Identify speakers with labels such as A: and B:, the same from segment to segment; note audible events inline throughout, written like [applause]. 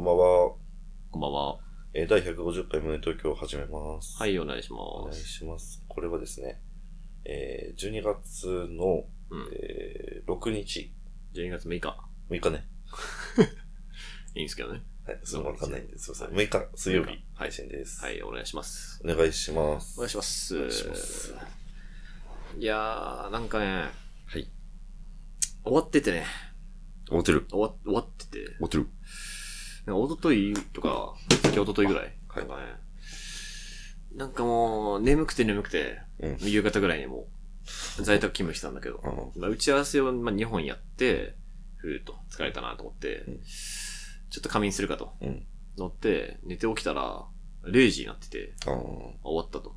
A: んばんは。
B: こんばんは。
A: えー第150回胸東京を始めます。
B: は。い、お願いし
A: お
B: ま
A: 願い
B: す。
A: します。これはですね、えー、12月の、
B: うん。
A: えー、6日、
B: 12月6日。
A: 6日ね。
B: いいんですけどね。
A: はい、そうわかんないんです。すいません。
B: はい
A: 6日、水曜日、
B: はい
A: 配。信です。
B: はい、お願いします。
A: お願いします。
B: お願いします。
A: お願いします
B: いやー、なんかね、
A: はい。
B: 終わっててね。
A: 終わってる。
B: 終わ終わってて。
A: 終わってる。
B: なんか一昨日とか、先一昨日ぐらい。
A: はい
B: なんかね。なんかもう、眠くて眠くて、
A: うん。
B: 夕方ぐらいにもう、在宅勤務してたんだけど。
A: あ
B: まあ、打ち合わせをまあ2本やって、ふーっと疲れたなと思って、
A: うん
B: ちょっと仮眠するかと
A: うん。
B: 乗って、寝て起きたら、0時になってて、
A: ああ。
B: あ終わったと。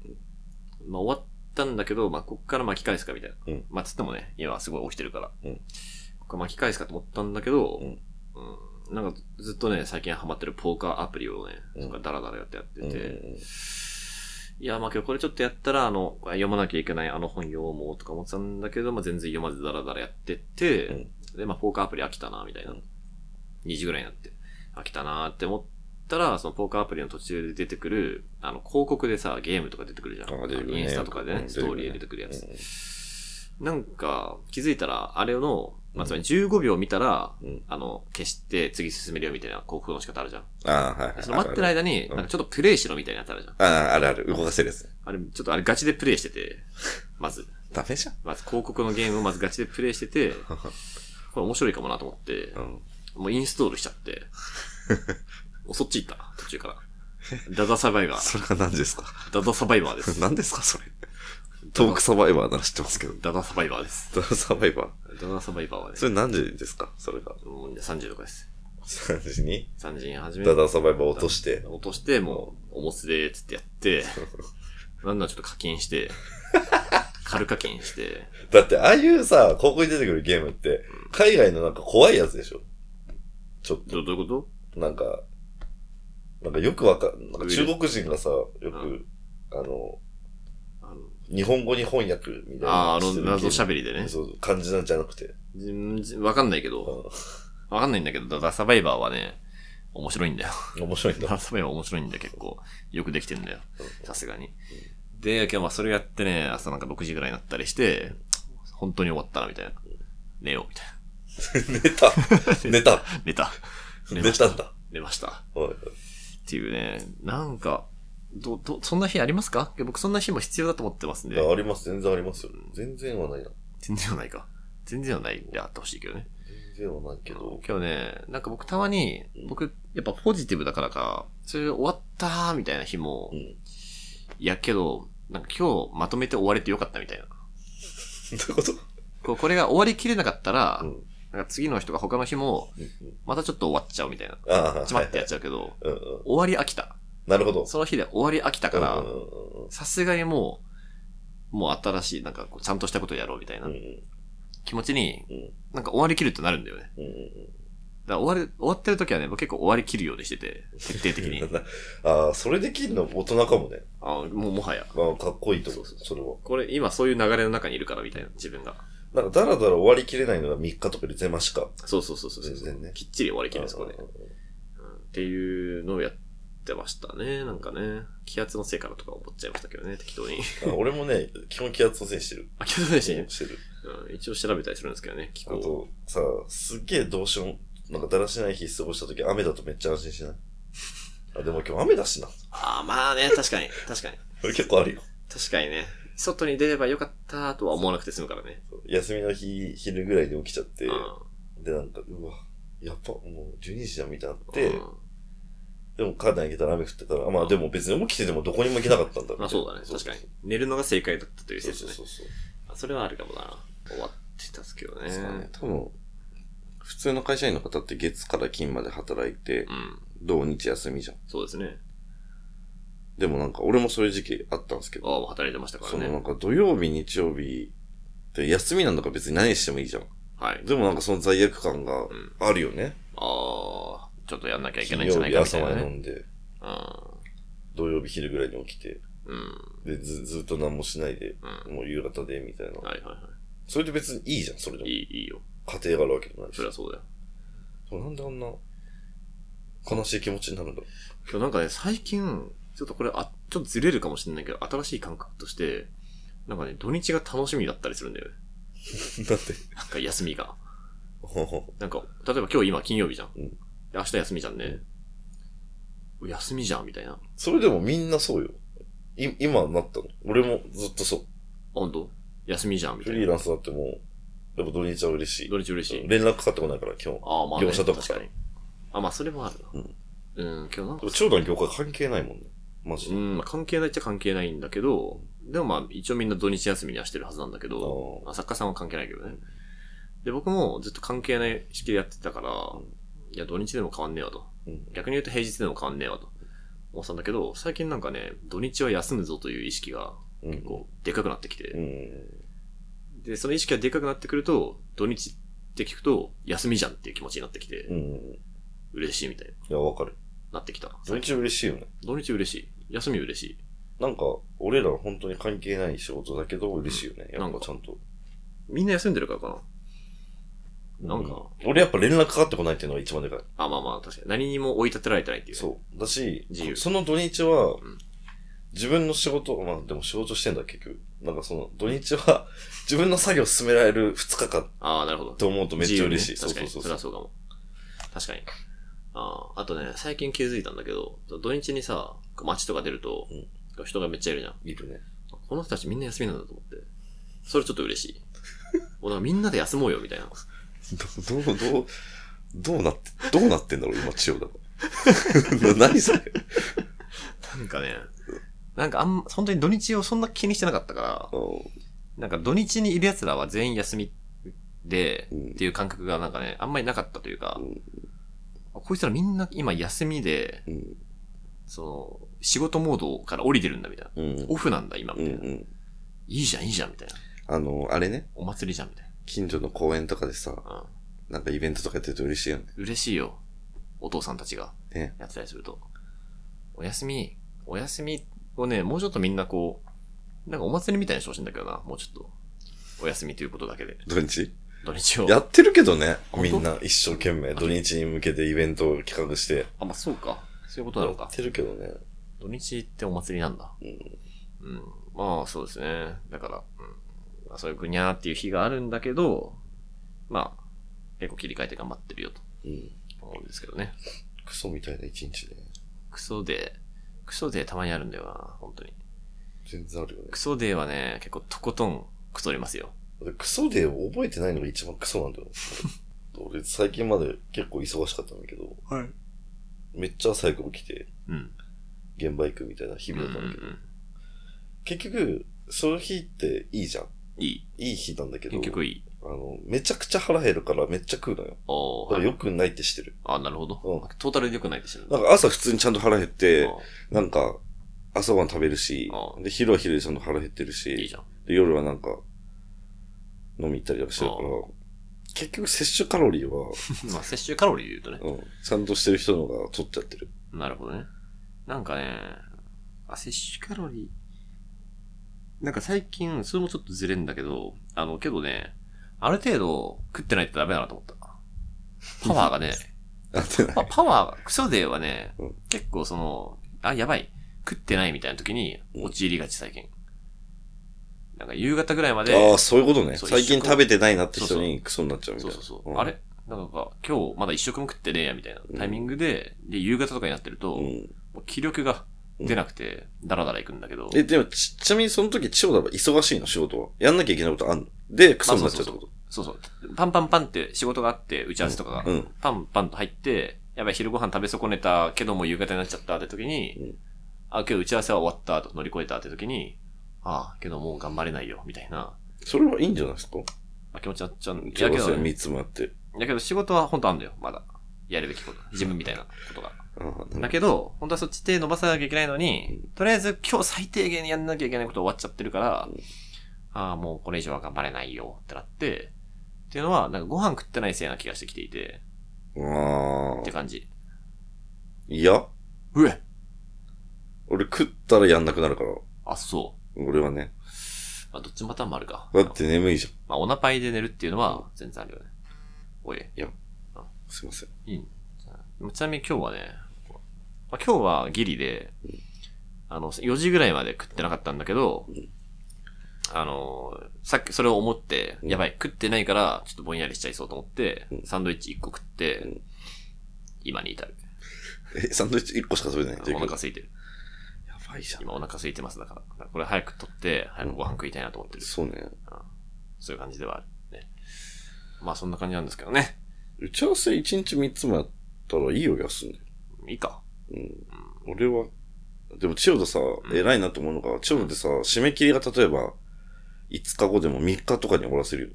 B: まあ終わったんだけど、まあこっから巻き返すかみたいな。
A: うん
B: まあつってもね、今はすごい起きてるから。
A: うん
B: こっから巻き返すかと思ったんだけど、
A: うん
B: うんなんかずっとね、最近ハマってるポーカーアプリをね、
A: うん
B: なんかダラダラやってやって
A: うんうん
B: て、
A: うん
B: いや、まあ今日これちょっとやったら、あの、読まなきゃいけないあの本読もうとか思ってたんだけど、まあ全然読まずダラダラやってって、
A: うん
B: で、まあポーカーアプリ飽きたな、みたいな。
A: うん
B: 2時ぐらいになって、飽きたなって思ったら、そのポーカーアプリの途中で出てくる、あの、広告でさ、ゲームとか出てくるじゃん。
A: あ出てくるね
B: インスタとかで
A: う
B: ね、
A: ん
B: ストーリーで出てくるや
A: 出て
B: つ
A: くる。
B: なんか、気づいたら、あれの、
A: うん
B: まあつまり15秒見たら、
A: うん。
B: あの、消して次進めるよみたいな広告の仕方あるじゃん。
A: ああ、はいはい。
B: その待ってる間に、
A: う
B: なんんかちょっとプレイしろみたいなやつあるじゃん。
A: ああ、あるある。動かせるやつ。
B: あれ、ちょっとあれガチでプレイしてて、 [laughs] まず、
A: ダメじゃん。
B: まず広告のゲームをまずガチでプレイしてて、これ面白いかもなと思って、
A: うん。
B: もうインストールしちゃって、もうそっち行った、途中から。ダダサバイバー。
A: それは何ですか
B: ダダサバイバーで
A: [laughs]
B: す。
A: 何ですかそれ。トークサバイバーなら知ってますけど。
B: ダダサバイバーです。
A: トークサバイバー。
B: ダダサバイバーはね
A: そ、れ何時ですかそれが。
B: もうね30とかです。
A: 3時に
B: 3時に始め
A: ダダサバイバーを落として。
B: 落として、もう、おもつで、つってやって、なんならちょっと課金して、軽課金して、
A: だって、ああいうさ、広告に出てくるゲームって、海外のなんか怖いやつでしょちょっ
B: どどういうこ
A: と、
B: と
A: なんか、なんかよくわかん、なんか中国人がさ、よく、あの、
B: あの、
A: 日本語に翻訳みたい
B: あ
A: な
B: ーあの、謎
A: 喋
B: 喋りでね。
A: そう、漢字なんじゃなくて。
B: じじわかんないけど、
A: う
B: わかんないんだけど、ダダサバイバーはね、面白いんだよ。 [laughs]
A: ん面白いん
B: ダ
A: だ。
B: ダサバイバー面白いんだよ、結構。よくできてんだよ。
A: [laughs]
B: さすがに。で、今日まあそれやってね、朝なんか6時ぐらいになったりして、本当に終わったな、みたいな。寝よう、みたい
A: 寝
B: [laughs]
A: た。 [laughs] 寝た。
B: な。寝た。
A: 寝たんだ。
B: 寝ました。っ
A: はい
B: ていうね、なんか、ど、ど、そんな日ありますか僕そんな日も必要だと思ってますんで。
A: あります、全然ありますよ。全然はないな。
B: 全然はないか。全然はないであってほしいけどね。
A: 全然はないけど。
B: 今日ね、なんか僕たまに
A: うん、
B: 僕、やっぱポジティブだからか、それ終わったーみたいな日も、
A: うん。
B: いやけど、なんか今日まとめて終われてよかったみたいな。
A: どういうこと
B: こうこれが終わりきれなかったら、
A: うん
B: なんか次の日とか他の日も、またちょっと終わっちゃうみたいな。
A: ああ、
B: ちまってやっ
A: つ。
B: ちゃうけど、
A: うんうん。
B: 終わり飽きた。
A: なるほど。
B: その日で終わり飽きたか
A: う
B: ら
A: ん、
B: さすがにもう、もう新しい、なんかこうちゃんとしたことをやろうみたい
A: うんう。
B: な
A: う
B: ん
A: ん
B: 気持ちに、
A: うん
B: なんか終わりきるってなるんだよね。
A: うんうん
B: だから終わる、終わってる時はね、僕結構終わりきるようにしてて、徹底的に
A: う。んああ、それできるの大人かもね。
B: あもうもはや。
A: まあ、かっこいいと思う、
B: そうそう
A: それは。
B: これ、今そういう流れの中にいるからみたいな、自分が。
A: なんか、だらだら終わりきれないのが3日とかで出ましか。
B: そうそうそうそうそう。
A: 全然ね
B: きっちり終わりきるんです、これ、
A: ああ
B: うんっていうのをやってましたね。なんかね、気圧のせいかなとか思っちゃいましたけどね、適当に。
A: ああ俺もね、基本気圧のせいにしてる。
B: [laughs] あ、気圧のせいに、
A: してる。
B: うん、一応調べたりするんですけどね、気
A: あ
B: 候。
A: と、さ、すっげえどうしよう。なんか、だらしない日過ごした時、雨だとめっちゃ安心しない。あ、でも今日雨だしな。
B: ああ、まあね、確かに、確かに。
A: これ結構あるよ。
B: 確かにね。外に出ればよかったとは思わなくて済むからね。
A: 休みの日、昼ぐらいに起きちゃって
B: うん。、
A: で、なんか、うわ、やっぱもう12時じゃんみたいになっ
B: う
A: て
B: ん、
A: でもカーテン開けたら雨降ってたら、まあでも別に起きててもどこにも行けなかったんだ
B: まあそうだね、確かに。寝るのが正解だったという
A: そう
B: 説
A: そう
B: ね
A: そ。うそう。
B: あそれはあるかもな。終わってたっすけどね。
A: ですかね。多分、普通の会社員の方って月から金まで働いて
B: う、ん。
A: 土日休みじゃん。
B: そうですね。
A: でもなんか俺もそういう時期あったんですけ
B: ああ、
A: ど、
B: もう働いてましたか
A: そ
B: ら
A: のな
B: ね。
A: んか土曜日、日曜日、で休みなんだから別に何してもいいじゃん。
B: はい。
A: でもなんかその罪悪感が
B: うん。
A: あるよね。
B: ああ、ちょっとやんなきゃいけ
A: 金
B: ないんじゃ
A: 曜
B: ない
A: 日
B: かみた
A: 朝
B: い
A: ま
B: な
A: で飲
B: ね。
A: んで、
B: う
A: 土曜日昼ぐらいに起きて、
B: ん。
A: で、ず、ずっと何もしないで、
B: うん。うん。
A: もう夕方で、みたいな。
B: はいはいは
A: それで別にいいじゃん、それでも
B: い。い。い、いいよ。
A: 家庭があるわけでもないし
B: そ。りゃそうだよ。
A: でもなんであんな、悲しい気持ちになるんだ。
B: 今日なんかね、最近、ちょっとこれ、あ、ちょっとずれるかもしれないけど、新しい感覚として、なんかね、土日が楽しみだったりするんだよね。 [laughs]
A: だって。
B: なんか休みが。
A: ほうほ
B: なんか、例えば今日今金曜日じゃん。
A: うん
B: で明日休みじゃんね。休みじゃんみたいな。あ、
A: う [laughs] それでもみんなそうよ。い、今なったの。俺もずっとそう。
B: ほんと休みじゃんみた
A: フ
B: い
A: リー
B: な。
A: ランスだってもう、やっぱ土日は嬉しい。
B: どれち嬉しい。
A: 連絡かかってこないから、基本。
B: ああ、まあ、ね、
A: 業者とか
B: 確かに。あ、まあ、それもあるな。
A: うん
B: うん、今日なんか
A: でも、長男業界関係ないもんね。マジ
B: う
A: で。
B: ん、まあ、関係ないっちゃ関係ないんだけど、でもまあ、一応みんな土日休みにはしてるはずなんだけど、
A: あ
B: まあ作家さんは関係ないけどね。で、僕もずっと関係ない式でやってたから、いや、土日でも変わんねえわと。
A: ーうん
B: 逆に言うと平日でも変わんねえわと。思ってたんだけど、最近なんかね、土日は休むぞという意識が、
A: うん。
B: こう、でかくなってき
A: う
B: て。
A: ん。
B: で、その意識がでかくなってくると、土日って聞くと、休みじゃんっていう気持ちになってきて
A: う、ん。
B: 嬉しいみたいに
A: いや、わかる。
B: なってきた。
A: 土日嬉しいよね。
B: 土日嬉しい。休み嬉しい。
A: なんか、俺ら本当に関係ない仕事だけど嬉しいよね。や
B: な
A: っ
B: ん
A: ぱ
B: か
A: ちゃんと。
B: みんな休んでるからかな。なんか
A: うん俺やっぱ連絡かかってこないっていうのが一番でかい。
B: あ、まあまあ、確かに。何にも追い立てられてないっていう。
A: そう。だし
B: 自、由
A: その土日は
B: ん、
A: 自分の仕事、まあでも仕事してんだ結局。なんかその土日は [laughs] 自分の作業進められる2日間
B: ああ、なるほど。
A: と思うとめっちゃ嬉しい。
B: 自由にね確かに。
A: そう
B: そ
A: そ
B: れ
A: う
B: はそうかも。確かに。ああ、あとね、最近気づいたんだけど、土日にさ、街とか出ると、人がめっちゃいるじゃん。
A: いるね。
B: この人たちみんな休みなんだと思って。それちょっと嬉しい。 [laughs] もうなんかみんなで休もうよ、みたいな。
A: ど、どう、どう、どうなって、どうなってんだろう今、千代田 [laughs] な何それ
B: なんかね、なんかあんま、本当に土日をそんな気にしてなかったから、
A: う
B: なんか土日にいる奴らは全員休みで、
A: ん
B: っていう感覚がなんかね、あんまりなかったというか
A: うん、
B: あこいつらみんな今休みで、
A: うん。
B: その、仕事モードから降りてるんだみたいな。
A: うん
B: オフなんだ今み
A: う
B: た
A: ん
B: いな。
A: うん。
B: いいじゃんいいじゃんみたいな。
A: あの、あれね、
B: お祭りじゃんみたい
A: 近所の公園とかでさ、
B: な。うん。
A: なんかイベントとかやってると嬉しいよね。
B: 嬉しいよ。お父さんたちが
A: ね。
B: やってたりすると。お休み、お休みをね、もうちょっとみんなこう、なんかお祭りみたいにしてほしいんだけどな、もうちょっと。お休みということだけで。
A: 土日
B: 土日を。
A: やってるけどね、
B: 本
A: み
B: 当
A: んな一生懸命土日に向けてイベントを企画して。
B: あ、まあそうか。そういうことな
A: や
B: のか
A: っ。てるけどね。
B: 土日ってお祭りなんだ。
A: うん。
B: うん。まあそうですね。だから、うん。まあそういうぐにゃーっていう日があるんだけど、まあ、結構切り替えて頑張ってるよと
A: うん。
B: 思うんですけどね。
A: クソみたいな一日で。
B: クソデー。クソデーたまにあるんだよな、本当に。
A: 全然あるよね
B: クソデーはね、結構とことんクソりますよ。。
A: だってクソで覚えてないのが一番クソなん
B: [laughs]
A: だよ。俺最近まで結構忙しかったんだけど、
B: はい。
A: めっちゃ朝早く起きて、
B: うん。
A: 現場行くみたいな日
B: うんう
A: 々
B: ん
A: だったんだけど、
B: うん。
A: 結局、その日っていいじゃん。
B: いい。
A: いい日なんだけど
B: 結、局いい。
A: あの、めちゃくちゃ腹減るからめっちゃ食うのよ。
B: お
A: だから
B: ー。
A: 良くないってしてる。
B: あ、なるほど。トータルで良くないですよね。
A: なんか朝普通にちゃんと腹減って、なんか、朝晩食べるし
B: あ、
A: で、昼は昼でちゃんと腹減ってる
B: うんいい
A: し
B: じ、ゃん。 [laughs]
A: で、夜はなんか、飲み行ったりとかしてるから
B: あ、
A: 結局摂取カロリーは、
B: まあ、摂取カロリーで言うとね。
A: うん、ちゃんとしてる人の方が取っちゃってる。
B: なるほどね。なんかね、あ、摂取カロリー。なんか最近、それもちょっとずれんだけど、あの、けどね、ある程度食ってないとダメだなと思った。パワ
A: [laughs]
B: ーがね、
A: あって [laughs] ない。
B: パパワー、クソデーはね、
A: うん
B: 結構その、あ、やばい、食ってないみたいな時に
A: うん
B: 陥りがち最近。なんか夕方ぐらいまで、
A: ああ、そういうことね。
B: そう
A: 最近
B: 一食
A: 食べてないなって
B: そう
A: 人
B: そ
A: にクソになっちゃうみたい
B: そ
A: うな。
B: そうそうう、
A: ん
B: あれなんか今日まだ一食も食ってねえやみたいな
A: うん
B: タイミングで、で、夕方とかになってると、
A: うん。
B: もう気力が出なくて、ダラダラ行くんだけど、
A: え、でもち、ちなみにその時、千代田は忙しいの、仕事は。やんなきゃいけないことあんので、クソになっちゃうってこと。
B: そうそう、パンパンパンって仕事があって、打ち合わせとかが、
A: うん。
B: パンパンと入って、やばい昼ご飯食べ損ねたけども夕方になっちゃったって時に、
A: うん
B: あ、今日打ち合わせは終わったと乗り越えたって時に、ああ、けどもう頑張れないよ、みたいな、
A: それはいいんじゃないですか
B: あ気持ちになっちゃうんだ
A: 打ち合
B: け
A: わせ
B: ど、
A: 3つもあって。
B: だけど仕事は本当あんだよ、まだ。やるべきこと。自分みたいなことが。
A: ああ、な
B: だ
A: んか
B: けど、本当はそっち手伸ばさなきゃいけないのに
A: う、
B: とりあえず今日最低限やんなきゃいけないこと終わっちゃってるから
A: うん、
B: ああ、もうこれ以上は頑張れないよってなって、っていうのは、なんかご飯食ってないせいな気がしてきていて、
A: あ
B: って
A: あ。
B: 感じ。
A: いや、
B: うえ
A: 俺食ったらやんなくなるから。
B: あ、そ
A: 俺はね。
B: う。まあ、どっちパターンもあるか。
A: だって眠いじゃん。
B: まあ、お腹いで寝るっていうのは、全然あるよね。おい。
A: すいません。
B: いいんじゃあちなみに今日はね、まあ、今日はギリで、あの、4時ぐらいまで食ってなかったんだけど
A: うん、
B: あの、さっきそれを思って、
A: うん
B: やばい、食ってないから、ちょっとぼんやりしちゃいそうと思って
A: う、ん
B: サンドイッチ1個食って、
A: うん
B: 今に至る。
A: え、サンドイッチ1個しか食べてない。
B: お腹空いてる。
A: やばいじゃん。
B: 今お腹空いてます。だから、だからこれ早く取って、早くご飯食いたいなと思ってる。
A: そうね。
B: そういう感じではある。ね。まあそんな感じなんですけどね。
A: 打ち合わせ1日3つもやったらいいよ、休んで。
B: いいか。
A: うん。
B: うん
A: 俺は、でも千代田さ、
B: ん
A: 偉いなと思うのが、千代田ってさ、締め切りが例えば、5日後でも3日とかに終わらせるよ。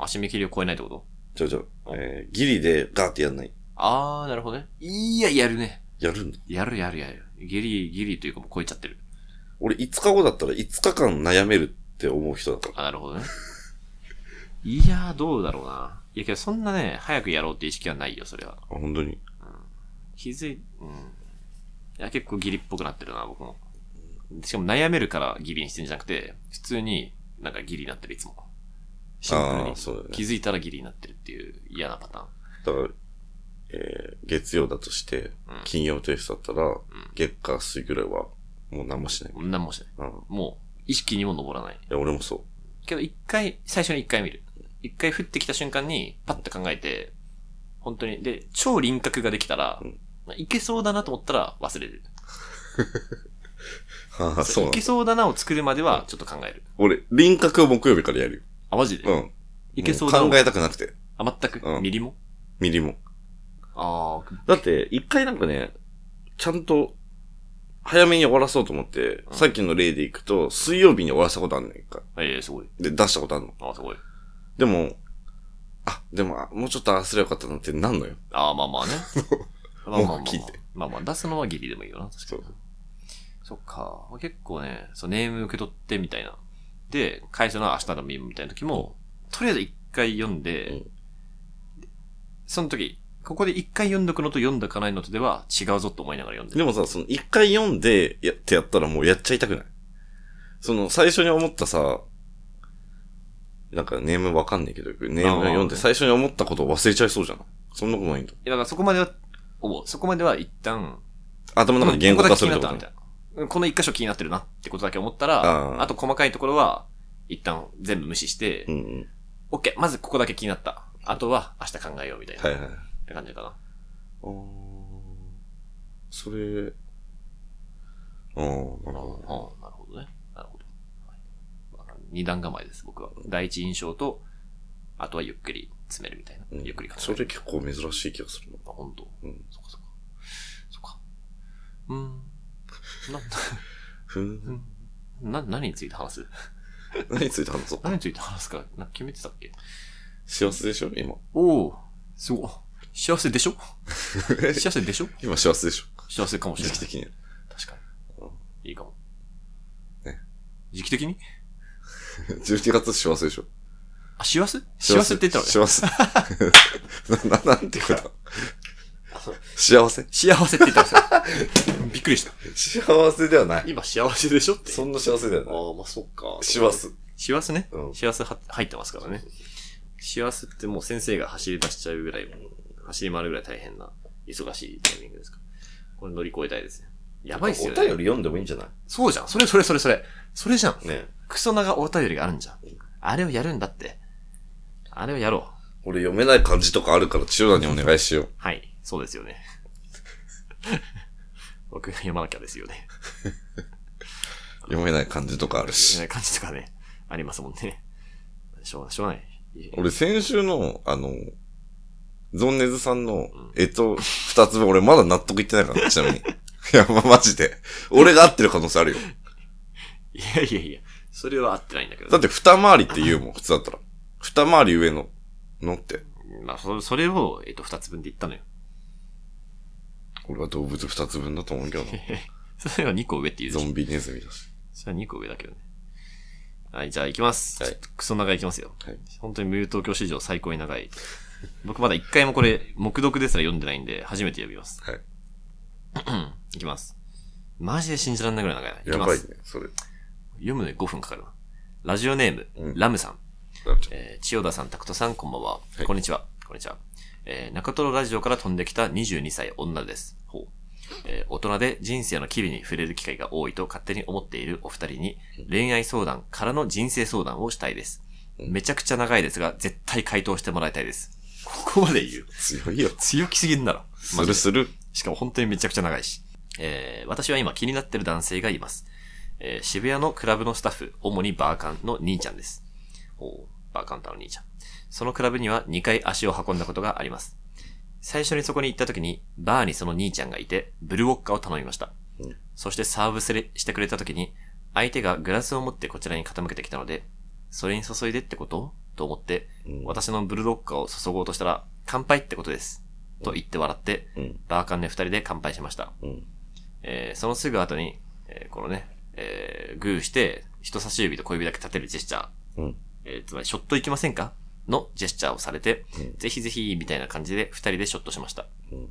B: あ、締め切りを超えないってこと
A: じゃあじゃあ、えー、ギリでガーってやんない。
B: あー、なるほどね。いや、やるね。
A: やるんだ。
B: やるやるやる。ギリ、ギリというかもう超えちゃってる。
A: 俺5日後だったら5日間悩めるって思う人だから。
B: あ、なるほどね。 [laughs] いやー、どうだろうな。いやけど、そんなね、早くやろうって意識はないよ、それは。
A: あ、本当に。
B: 気づい、うん。いや、結構ギリっぽくなってるな、僕も。しかも悩めるからギリにしてんじゃなくて、普通になんかギリになってる、いつも。シンプル
A: あー
B: に。
A: そうだね
B: 気づいたらギリになってるっていう嫌なパターン。
A: だから、えー、月曜だとして
B: うん、
A: 金曜提出だったら、月火水ぐらいは、もう何もしない。
B: うん。何もしない。
A: うん。い
B: もう、意識にも上らない。
A: や、俺も [laughs] そう。
B: けど一回、最初に一回見る。一回降ってきた瞬間に、パッと考えて、本当に、で、超輪郭ができたら
A: うん、
B: まあいけそうだなと思ったら忘れる。
A: ああ、そうないんだ
B: けそうだなを作るまでは、ちょっと考える。
A: 俺、輪郭を木曜日からやる
B: あ、マジで、
A: よ。うん。
B: いけそうだ
A: も
B: な。
A: 考えたくなくて。
B: あ、全く。
A: うん
B: ミリも
A: ミリも。
B: ああ、
A: だって、一回なんかね、ちゃんと、早めに終わらそうと思って、
B: うん
A: さっきの例でいくと、水曜日に終わらせたことあるのよ、一回。
B: ええすごい。
A: で、出したことあるの。
B: ああ、すごい。
A: でも、あ、でも、あもうちょっとああすればよかったなってなんのよ。
B: ああ、ま
A: [laughs]
B: あまあね。まあまあまあ
A: 文句聞いて
B: まあまあ、出すのはギリでもいいよな、確かに
A: そ。
B: そっか。まあ結構ね、そう、ネーム受け取ってみたいな。で、返すのは明日のメールみたいな時も、とりあえず一回読んで、
A: うん
B: その時、ここで一回読んどくのと読んどかないのとでは違うぞと思いながら読んで
A: で
B: る。
A: もさ、その、一回読んで、やってやったらもうやっちゃいたくないその、最初に思ったさ、なんかネームわかんないけど、ネーム読んで
B: あー
A: 最初に思ったことを忘れちゃいそうじゃないそんなことないんだ。
B: いやだからそこまでは、思う。そこまでは一旦、
A: 頭の中で言語化するってこと
B: ここだけ気になったみたいな。この一箇所気になってるなってことだけ思ったら、
A: あ
B: あ
A: ー
B: と細かいところは、一旦全部無視して、
A: うんうん。
B: オッケー、まずここだけ気になった。あとは明日考えようみたいな、
A: はいはい。
B: って感じかな。
A: あーそれ、ああ、なる
B: うん、
A: ほ
B: うん
A: どね。
B: なるほどね。なるほど。はいまあ二段構えです、僕は。第一印象と、あとはゆっくり詰めるみたいな。
A: うん
B: ゆっくり考える。
A: それ結構珍しい気がするな。
B: あ、本当。
A: うん。
B: そっかそっか。そっか。うーん。 [laughs]
A: ふーん。
B: な、な、何について話す
A: 何について話そう
B: 何について話すか、なんか決めてたっけ
A: 幸せでしょ今。
B: おおすごい。幸せで
A: [laughs]
B: しょ幸せでしょ
A: 今幸せでしょ
B: 幸せかもしれ
A: 時
B: な
A: 期
B: い。
A: 的に。
B: 確か
A: うん
B: に。いいかも。
A: ね。
B: 時期的に
A: 11月幸せでしょ
B: あ、幸せ幸せって言ったの
A: 幸
B: ね。
A: せ。 [laughs] な、な、なんて言うか。幸せ
B: 幸せって言ったんですよ。
A: [laughs]
B: びっくりした。
A: 幸せではない。
B: 今幸せでしょって。
A: そんな幸せではない。
B: ああ、まあそっか。
A: 幸。せ。
B: 幸せね。
A: うん。
B: 幸せは入ってますからね。幸せってもう先生が走り出しちゃうぐらい、走り回るぐらい大変な、忙しいタイミングですから。これ乗り越えたいですね。やばいっすよ
A: お便り
B: ね。
A: 読んでもいいんじゃない
B: そうじゃん。それそれそれそれ。それじゃん。
A: ね
B: クソ長お便りがあるんじゃん。あれをやるんだって。あれをやろう。
A: 俺読めない漢字とかあるから千代田にお願いしよう。
B: はい。そうですよね。 [laughs] 僕が読まなきゃですよね。
A: 読めない漢字とかあるし。
B: 感じとかね、ありますもんね。しょうがしょうがない。
A: 俺先週の、あの、ゾンネズさんの、えっと、二つ目、俺まだ納得いってないから、ちなみに。い [laughs] や、ま、マジで。俺が合ってる可能性あるよ。
B: いやいやいや、それは合ってないんだけど。
A: だって二回りって言うもん、普通だったら。二回り上の、のって。
B: まあ、そそれを、えっと、二つ分で言ったのよ。 [laughs]
A: 俺は動物二つ分だと思うけどな。
B: [laughs] それは二個上って言うで
A: ゾ
B: しょ
A: ンビネズミだし。
B: それは二個上だけどね。はい、じゃあ行きます。
A: はい
B: ちょっとクソ長い行きますよ。
A: はい。
B: 本当に無友東京史上最高に長い。僕まだ一回もこれ、目読ですら読んでないんで、初めて読みます。
A: はい。
B: [clears throat] いきます。マジで信じられないぐらい長いな。い
A: や
B: きま
A: ばいね
B: す。、
A: それ。
B: 読むのに5分かかるわ。ラジオネーム、
A: うん
B: ラムさん。
A: ラムちゃん
B: えー千代田さん、拓人さん、こんばんは。
A: はい
B: こんにちは。こんにちは。えー中トロラジオから飛んできた22歳女です。ほう。えー大人で人生の機微に触れる機会が多いと勝手に思っているお二人に、恋愛相談からの人生相談をしたいです。
A: うん
B: めちゃくちゃ長いですが、絶対回答してもらいたいです。ここまで言う。
A: 強いよ。
B: 強気すぎんなろ。
A: す
B: マジ
A: る
B: です
A: る。
B: しかも本当にめちゃくちゃ長いし。えー私は今気になってる男性がいます。えー渋谷のクラブのスタッフ、主にバーカンの兄ちゃんです。おーバーカンタの兄ちゃん。そのクラブには2回足を運んだことがあります。最初にそこに行った時に、バーにその兄ちゃんがいて、ブルーウォッカを頼みました。
A: うん
B: そしてサーブすれしてくれた時に、相手がグラスを持ってこちらに傾けてきたので、それに注いでってことと思って、
A: うん
B: 私のブルドッカーを注ごうとしたら、乾杯ってことです。と言って笑って、
A: うん。
B: バーカンで二人で乾杯しました。
A: うん。
B: えーそのすぐ後に、えーこのね、えーグーして、人差し指と小指だけ立てるジェスチャー、
A: うん。
B: えーつまりショットいきませんかのジェスチャーをされて、
A: うん
B: ぜひぜひ、みたいな感じで二人でショットしました。
A: うん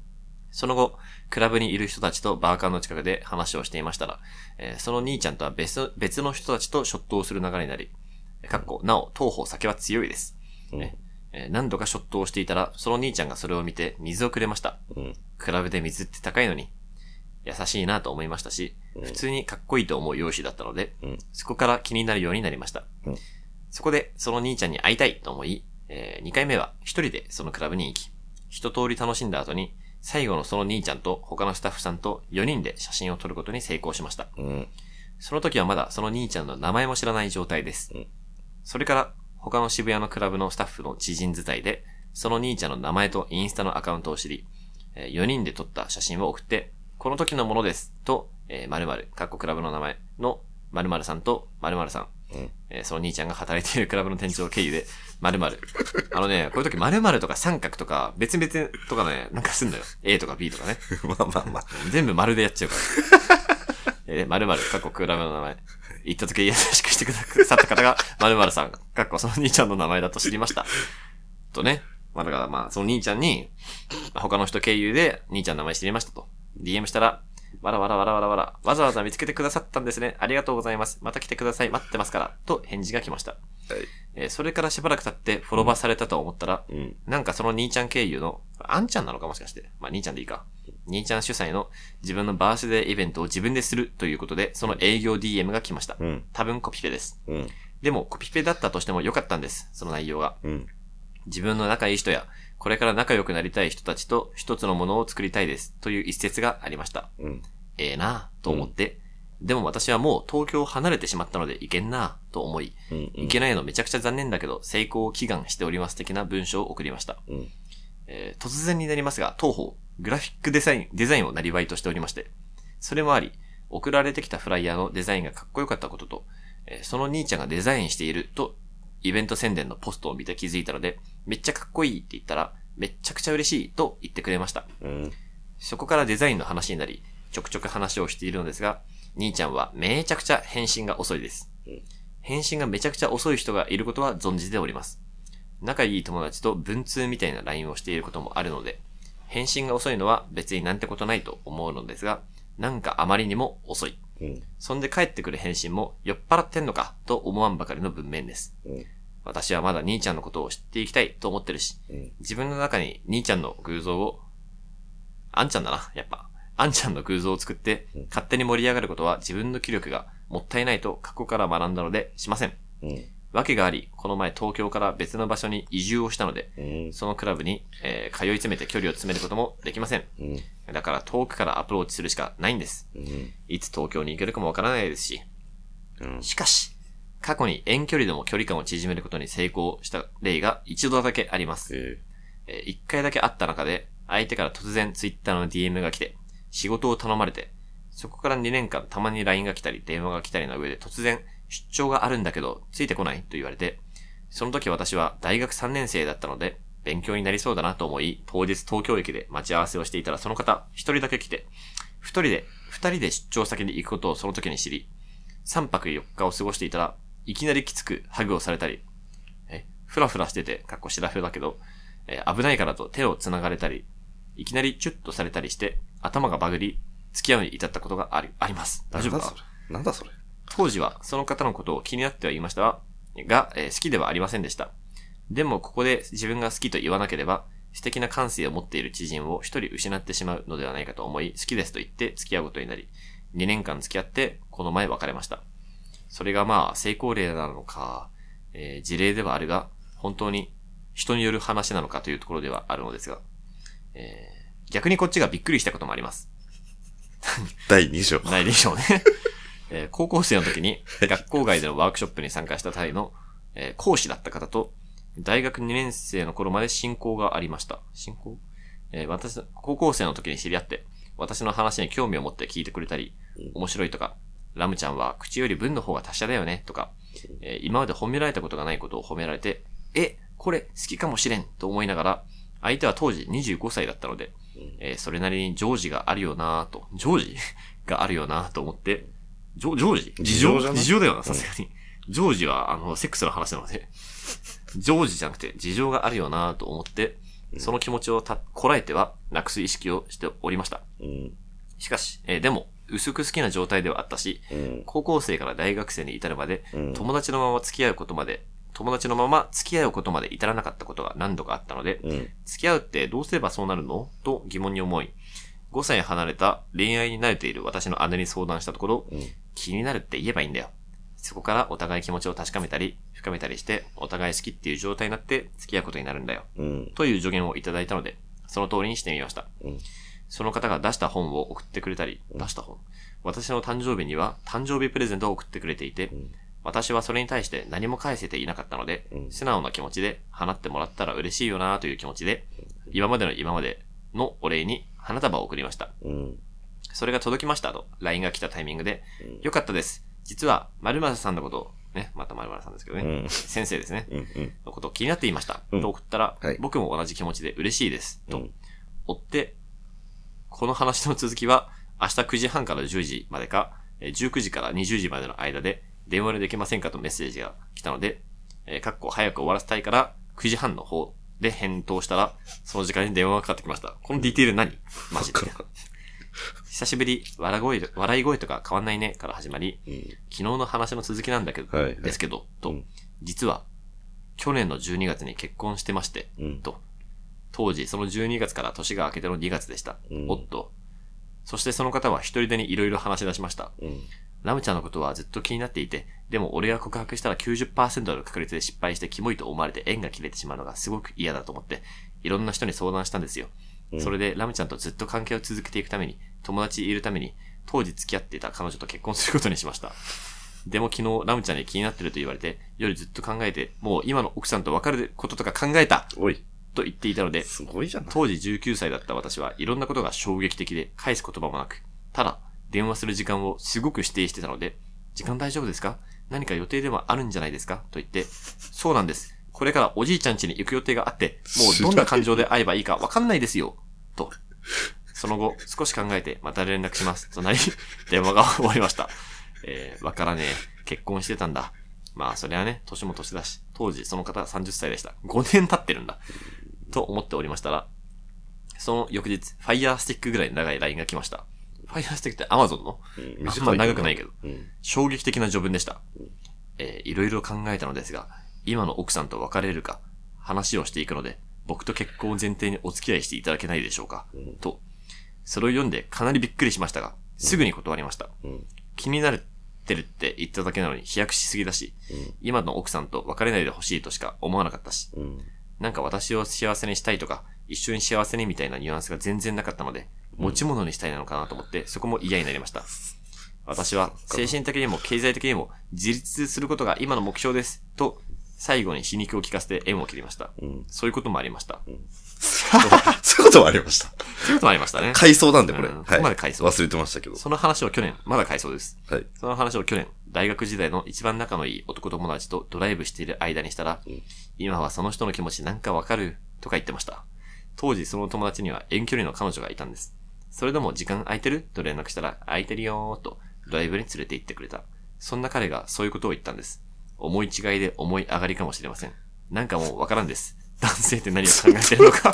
B: その後、クラブにいる人たちとバーカンの近くで話をしていましたら、えーその兄ちゃんとは別の別の人たちとショットをする流れになり、かっこ、なお、当方酒は強いです。
A: うん。
B: えー何度かショットをしていたら、その兄ちゃんがそれを見て水をくれました。
A: うん。
B: クラブで水って高いのに、優しいなと思いましたし、普通にかっこいいと思う容姿だったので、
A: うん
B: そこから気になるようになりました。
A: うん
B: そこで、その兄ちゃんに会いたいと思い、え2回目は一人でそのクラブに行き、一通り楽しんだ後に、最後のその兄ちゃんと他のスタッフさんと4人で写真を撮ることに成功しました。
A: うん。
B: その時はまだその兄ちゃんの名前も知らない状態です。
A: うん
B: それから、他の渋谷のクラブのスタッフの知人伝いで、その兄ちゃんの名前とインスタのアカウントを知り、4人で撮った写真を送って、この時のものです、と、えー、〇〇、かっこクラブの名前の〇〇さんと〇〇さん、
A: うん
B: えーその兄ちゃんが働いているクラブの店長経由で、〇〇。あのね、こういう時〇〇とか三角とか、別々とかね、なんかすんだよ。A とか B とかね。
A: [laughs] まあまあまあ。
B: 全部丸でやっちゃうから。えー、〇〇、かっこクラブの名前。行った時優しくしてくださった方が、〇〇さん、かっこその兄ちゃんの名前だと知りました。とね。まあだからまあ、その兄ちゃんに、まあ他の人経由で、兄ちゃんの名前知りましたと。DM したら、わらわらわらわらわら、わざわざ見つけてくださったんですね。ありがとうございます。また来てください。待ってますから。と返事が来ました。えーそれからしばらく経ってフォロバーされたと思ったら、
A: うん。
B: なんかその兄ちゃん経由の、あんちゃんなのかもしかして。まあ兄ちゃんでいいか。兄ちゃん主催の自分のバースデーイベントを自分でするということで、その営業 DM が来ました。
A: うん。
B: 多分コピペです。
A: うん。
B: でもコピペだったとしても良かったんです。その内容が。
A: うん。
B: 自分の仲いい人や、これから仲良くなりたい人たちと一つのものを作りたいです。という一節がありました。
A: うん。
B: ええなぁと思って、でも私はもう東京を離れてしまったのでいけんなぁと思い、
A: うん。
B: いけないのめちゃくちゃ残念だけど、成功を祈願しております的な文章を送りました。
A: うん。
B: えー突然になりますが、当方、グラフィックデザイン、デザインをなりわいとしておりまして、それもあり、送られてきたフライヤーのデザインがかっこよかったことと、えーその兄ちゃんがデザインしていると、イベント宣伝のポストを見て気づいたので、めっちゃかっこいいって言ったら、めっちゃくちゃ嬉しいと言ってくれました。
A: うん。
B: そこからデザインの話になり、ちょくちょく話をしているのですが、兄ちゃんはめちゃくちゃ返信が遅いです
A: うん。
B: 返信がめちゃくちゃ遅い人がいることは存じております。仲いい友達と文通みたいな LINE をしていることもあるので、返信が遅いのは別になんてことないと思うのですが、なんかあまりにも遅い。
A: うん。
B: そんで帰ってくる返信も酔っ払ってんのかと思わんばかりの文面です。
A: うん
B: 私はまだ兄ちゃんのことを知っていきたいと思ってるし、
A: うん
B: 自分の中に兄ちゃんの偶像を、あんちゃんだな、やっぱ。あんちゃんの偶像を作って
A: うん、
B: 勝手に盛り上がることは自分の気力がもったいないと過去から学んだのでしません。
A: うん。
B: 訳があり、この前東京から別の場所に移住をしたので、
A: うん。
B: そのクラブに、えー通い詰めて距離を詰めることもできません。
A: うん。
B: だから遠くからアプローチするしかないんです。
A: うん。
B: いつ東京に行けるかもわからないですし、
A: うん。
B: しかし、過去に遠距離でも距離感を縮めることに成功した例が一度だけあります。
A: え
B: えー一回だけあった中で、相手から突然 Twitter の DM が来て、仕事を頼まれて、そこから2年間たまに LINE が来たり、電話が来たりの上で突然、出張があるんだけど、ついてこないと言われて、その時私は大学3年生だったので、勉強になりそうだなと思い、当日東京駅で待ち合わせをしていたら、その方、一人だけ来て、二人で、二人で出張先に行くことをその時に知り、3泊4日を過ごしていたら、いきなりきつくハグをされたり、え、ふらふらしてて、かっこしらふだけど、えー危ないからと手を繋がれたり、いきなりチュッとされたりして、頭がバグり、付き合うに至ったことがあり、あります。大丈夫か
A: え。なんだそれ。
B: 当時はその方のことを気になってはいましたが、えー好きではありませんでした。でもここで自分が好きと言わなければ、素敵な感性を持っている知人を一人失ってしまうのではないかと思い、好きですと言って付き合うことになり、2年間付き合って、この前別れました。それがまあ、成功例なのか、えー事例ではあるが、本当に人による話なのかというところではあるのですが、えー逆にこっちがびっくりしたこともあります。
A: 第2章。
B: ないでしょ [laughs] うね。えー高校生の時に学校外でのワークショップに参加した際の、えー講師だった方と、大学2年生の頃まで親交がありました。親交えー私の、高校生の時に知り合って、私の話に興味を持って聞いてくれたり
A: うん、
B: 面白いとか、ラムちゃんは口より文の方が達者だよね、とか、えー今まで褒められたことがないことを褒められて、え、これ好きかもしれんと思いながら、相手は当時25歳だったので、
A: うん
B: えーそれなりに常時があるよなぁと、常時 [laughs] があるよなぁと思って、じょ常時
A: 事情じゃない
B: 事情だよな、さすがに。常時は、あの、セックスの話なので、 [laughs] 常時じゃなくて事情があるよなぁと思って、その気持ちをた、こらえては、なくす意識をしておりました。
A: うん。
B: しかし、えーでも、薄く好きな状態ではあったし、
A: うん。
B: 高校生から大学生に至るまで、
A: うん。
B: 友達のまま付き合うことまで、友達のまま付き合うことまで至らなかったことが何度かあったので、
A: うん。
B: 付き合うってどうすればそうなるのと疑問に思い、5歳離れた恋愛に慣れている私の姉に相談したところ、
A: うん。
B: 気になるって言えばいいんだよ。そこからお互い気持ちを確かめたり、深めたりして、お互い好きっていう状態になって付き合うことになるんだよ。
A: うん。
B: という助言をいただいたので、その通りにしてみました。
A: うん
B: その方が出した本を送ってくれたり、
A: うん
B: 出した本私の誕生日には誕生日プレゼントを送ってくれていて、
A: うん
B: 私はそれに対して何も返せていなかったので、
A: うん
B: 素直な気持ちで、放ってもらったら嬉しいよなという気持ちで、今までの今までのお礼に花束を送りました。
A: うん。
B: それが届きましたと、LINE が来たタイミングで、
A: うん
B: よかったです。実は、〇〇さんのこと、ね、また〇〇さんですけど
A: う
B: ね、
A: ん。
B: 先生ですね、
A: うん。うん。
B: のことを気になっていました。
A: うん
B: と送ったら、
A: はい
B: 僕も同じ気持ちで嬉しいです。
A: う
B: と、
A: ん。
B: 追って、この話の続きは、明日9時半から10時までか、えー19時から20時までの間で、電話でできませんかとメッセージが来たので、えーかっこ早く終わらせたいから、9時半の方で返答したら、その時間に電話がかかってきました。このディテール何マジで。久しぶり、笑い声と笑い声とか変わんないねから始まり、
A: うん。
B: 昨日の話の続きなんだけど、
A: はいはい
B: ですけど、と、
A: うん
B: 実は、去年の12月に結婚してまして、
A: うん。
B: と、当時その12月から年が明けての2月でした。
A: うん
B: おっと。そしてその方は一人でにいろいろ話し出しました。
A: うん。
B: ラムちゃんのことはずっと気になっていて、でも俺が告白したら90%の確率で失敗してキモいと思われて縁が切れてしまうのがすごく嫌だと思って、いろんな人に相談したんですよ。
A: うん
B: それでラムちゃんとずっと関係を続けていくために、友達いるために、当時付き合っていた彼女と結婚することにしました。でも昨日ラムちゃんに気になってると言われて、夜ずっと考えて、もう今の奥さんと別れることとか考えた
A: おい。
B: と言っていたので、
A: すごいじゃない。
B: 当時19歳だった私はいろんなことが衝撃的で返す言葉もなく、ただ電話する時間をすごく指定してたので、時間大丈夫ですか何か予定でもあるんじゃないですかと言って、そうなんです。これからおじいちゃん家に行く予定があって、もうどんな感情で会えばいいかわかんないですよ。と。その後、少し考えてまた連絡します。となり、 [laughs] 電話が終わりました。えー、わからねえ。結婚してたんだ。まあ、それはね、年も年だし、当時その方は30歳でした。5年経ってるんだ。と思っておりましたら、その翌日、ファイヤースティックぐらい長い LINE が来ました。ファイヤースティックって Amazon の
A: うん
B: あんま長くないけど、
A: うん。
B: 衝撃的な序文でした。えーいろいろ考えたのですが、今の奥さんと別れるか、話をしていくので、僕と結婚を前提にお付き合いしていただけないでしょうか、
A: うん
B: と、それを読んでかなりびっくりしましたが、すぐに断りました。
A: うん。
B: 気になってるって言っただけなのに飛躍しすぎだし、
A: うん
B: 今の奥さんと別れないでほしいとしか思わなかったし、
A: うん。
B: なんか私を幸せにしたいとか、一緒に幸せにみたいなニュアンスが全然なかったので、持ち物にしたいなのかなと思って、そこも嫌になりました。私は精神的にも経済的にも自立することが今の目標です。と、最後に皮肉を聞かせて縁を切りました。
A: うん。
B: そういうこともありました。
A: そういうこともありました。
B: そういうこともありましたね。
A: [laughs] 回想なんで、これ。
B: うん
A: はい。
B: ここまで回想
A: 忘れてましたけど。
B: その話を去年、まだ回想です。
A: はい。
B: その話を去年、大学時代の一番仲のいい男友達とドライブしている間にしたら、
A: うん
B: 今はその人の気持ちなんかわかるとか言ってました。当時その友達には遠距離の彼女がいたんです。それでも時間空いてると連絡したら、空いてるよーとドライブに連れて行ってくれた。そんな彼がそういうことを言ったんです。思い違いで思い上がりかもしれません。なんかもうわからんです。男性って何を考えてるのか。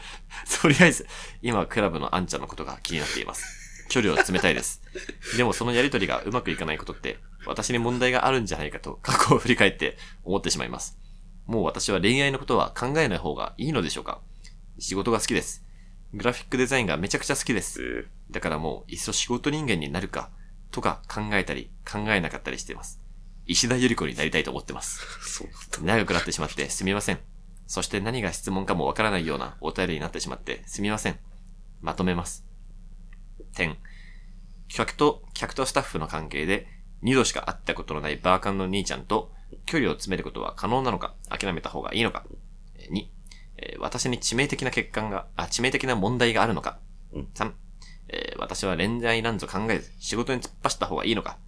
B: [laughs] とりあえず、今はクラブのあんちゃんのことが気になっています。距離を詰めたいです。でもそのやりとりがうまくいかないことって、私に問題があるんじゃないかと過去を振り返って思ってしまいます。もう私は恋愛のことは考えない方がいいのでしょうか仕事が好きです。グラフィックデザインがめちゃくちゃ好きです。だからもう、いっそ仕事人間になるか、とか考えたり、考えなかったりしています。石田ゆり子になりたいと思ってます。
A: そうだった。
B: 長くなってしまってすみません。そして何が質問かもわからないようなお便りになってしまってすみません。まとめます。点。客と、客とスタッフの関係で2度しか会ったことのないバーカンの兄ちゃんと距離を詰めることは可能なのか諦めた方がいいのか ?2、えー私に致命的な欠陥が、あ、致命的な問題があるのか
A: うん
B: 3、えー私は恋愛なんぞ考えず仕事に突っ走った方がいいのか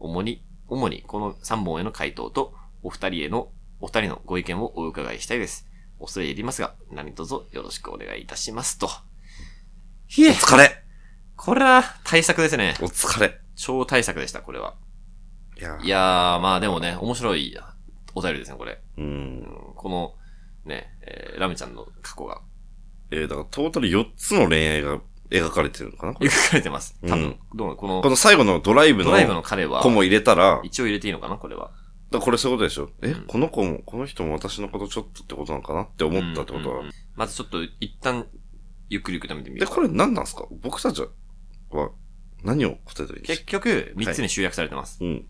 B: 主に、主にこの3本への回答とお二人へのお二人のご意見をお伺いしたいです。恐れ入りますが、何卒よろしくお願いいたしますと。ひ
A: お
B: え、
A: 疲れ
B: これは対策ですね。
A: お疲れ
B: 超対策でした、これは。
A: いや
B: いやー、まあでもね、面白いお便りですね、これ。
A: う
B: うん
A: ん。、
B: この、ね、えーラムちゃんの過去が
A: えー、だからトータル4つの恋愛が描かれてるのかなこれ
B: 描かれてます。多分、どうもこの
A: こ、の最後のドライブ
B: ドライブ
A: の
B: の彼は
A: 子、も入れたら、だか
B: 一応入れていいのかな、これは。
A: らこれそういうことでしょえ、
B: うん
A: この子も、この人も私のことちょっとってことなのかなって思ったってことは。
B: うんうんうんまずちょっと、一旦、ゆっくりゆっくり見てみ
A: で、
B: る
A: これ何なんすか僕たちは何を答えたらいいんです
B: 結
A: か
B: 局、三つに集約されてます。
A: うん。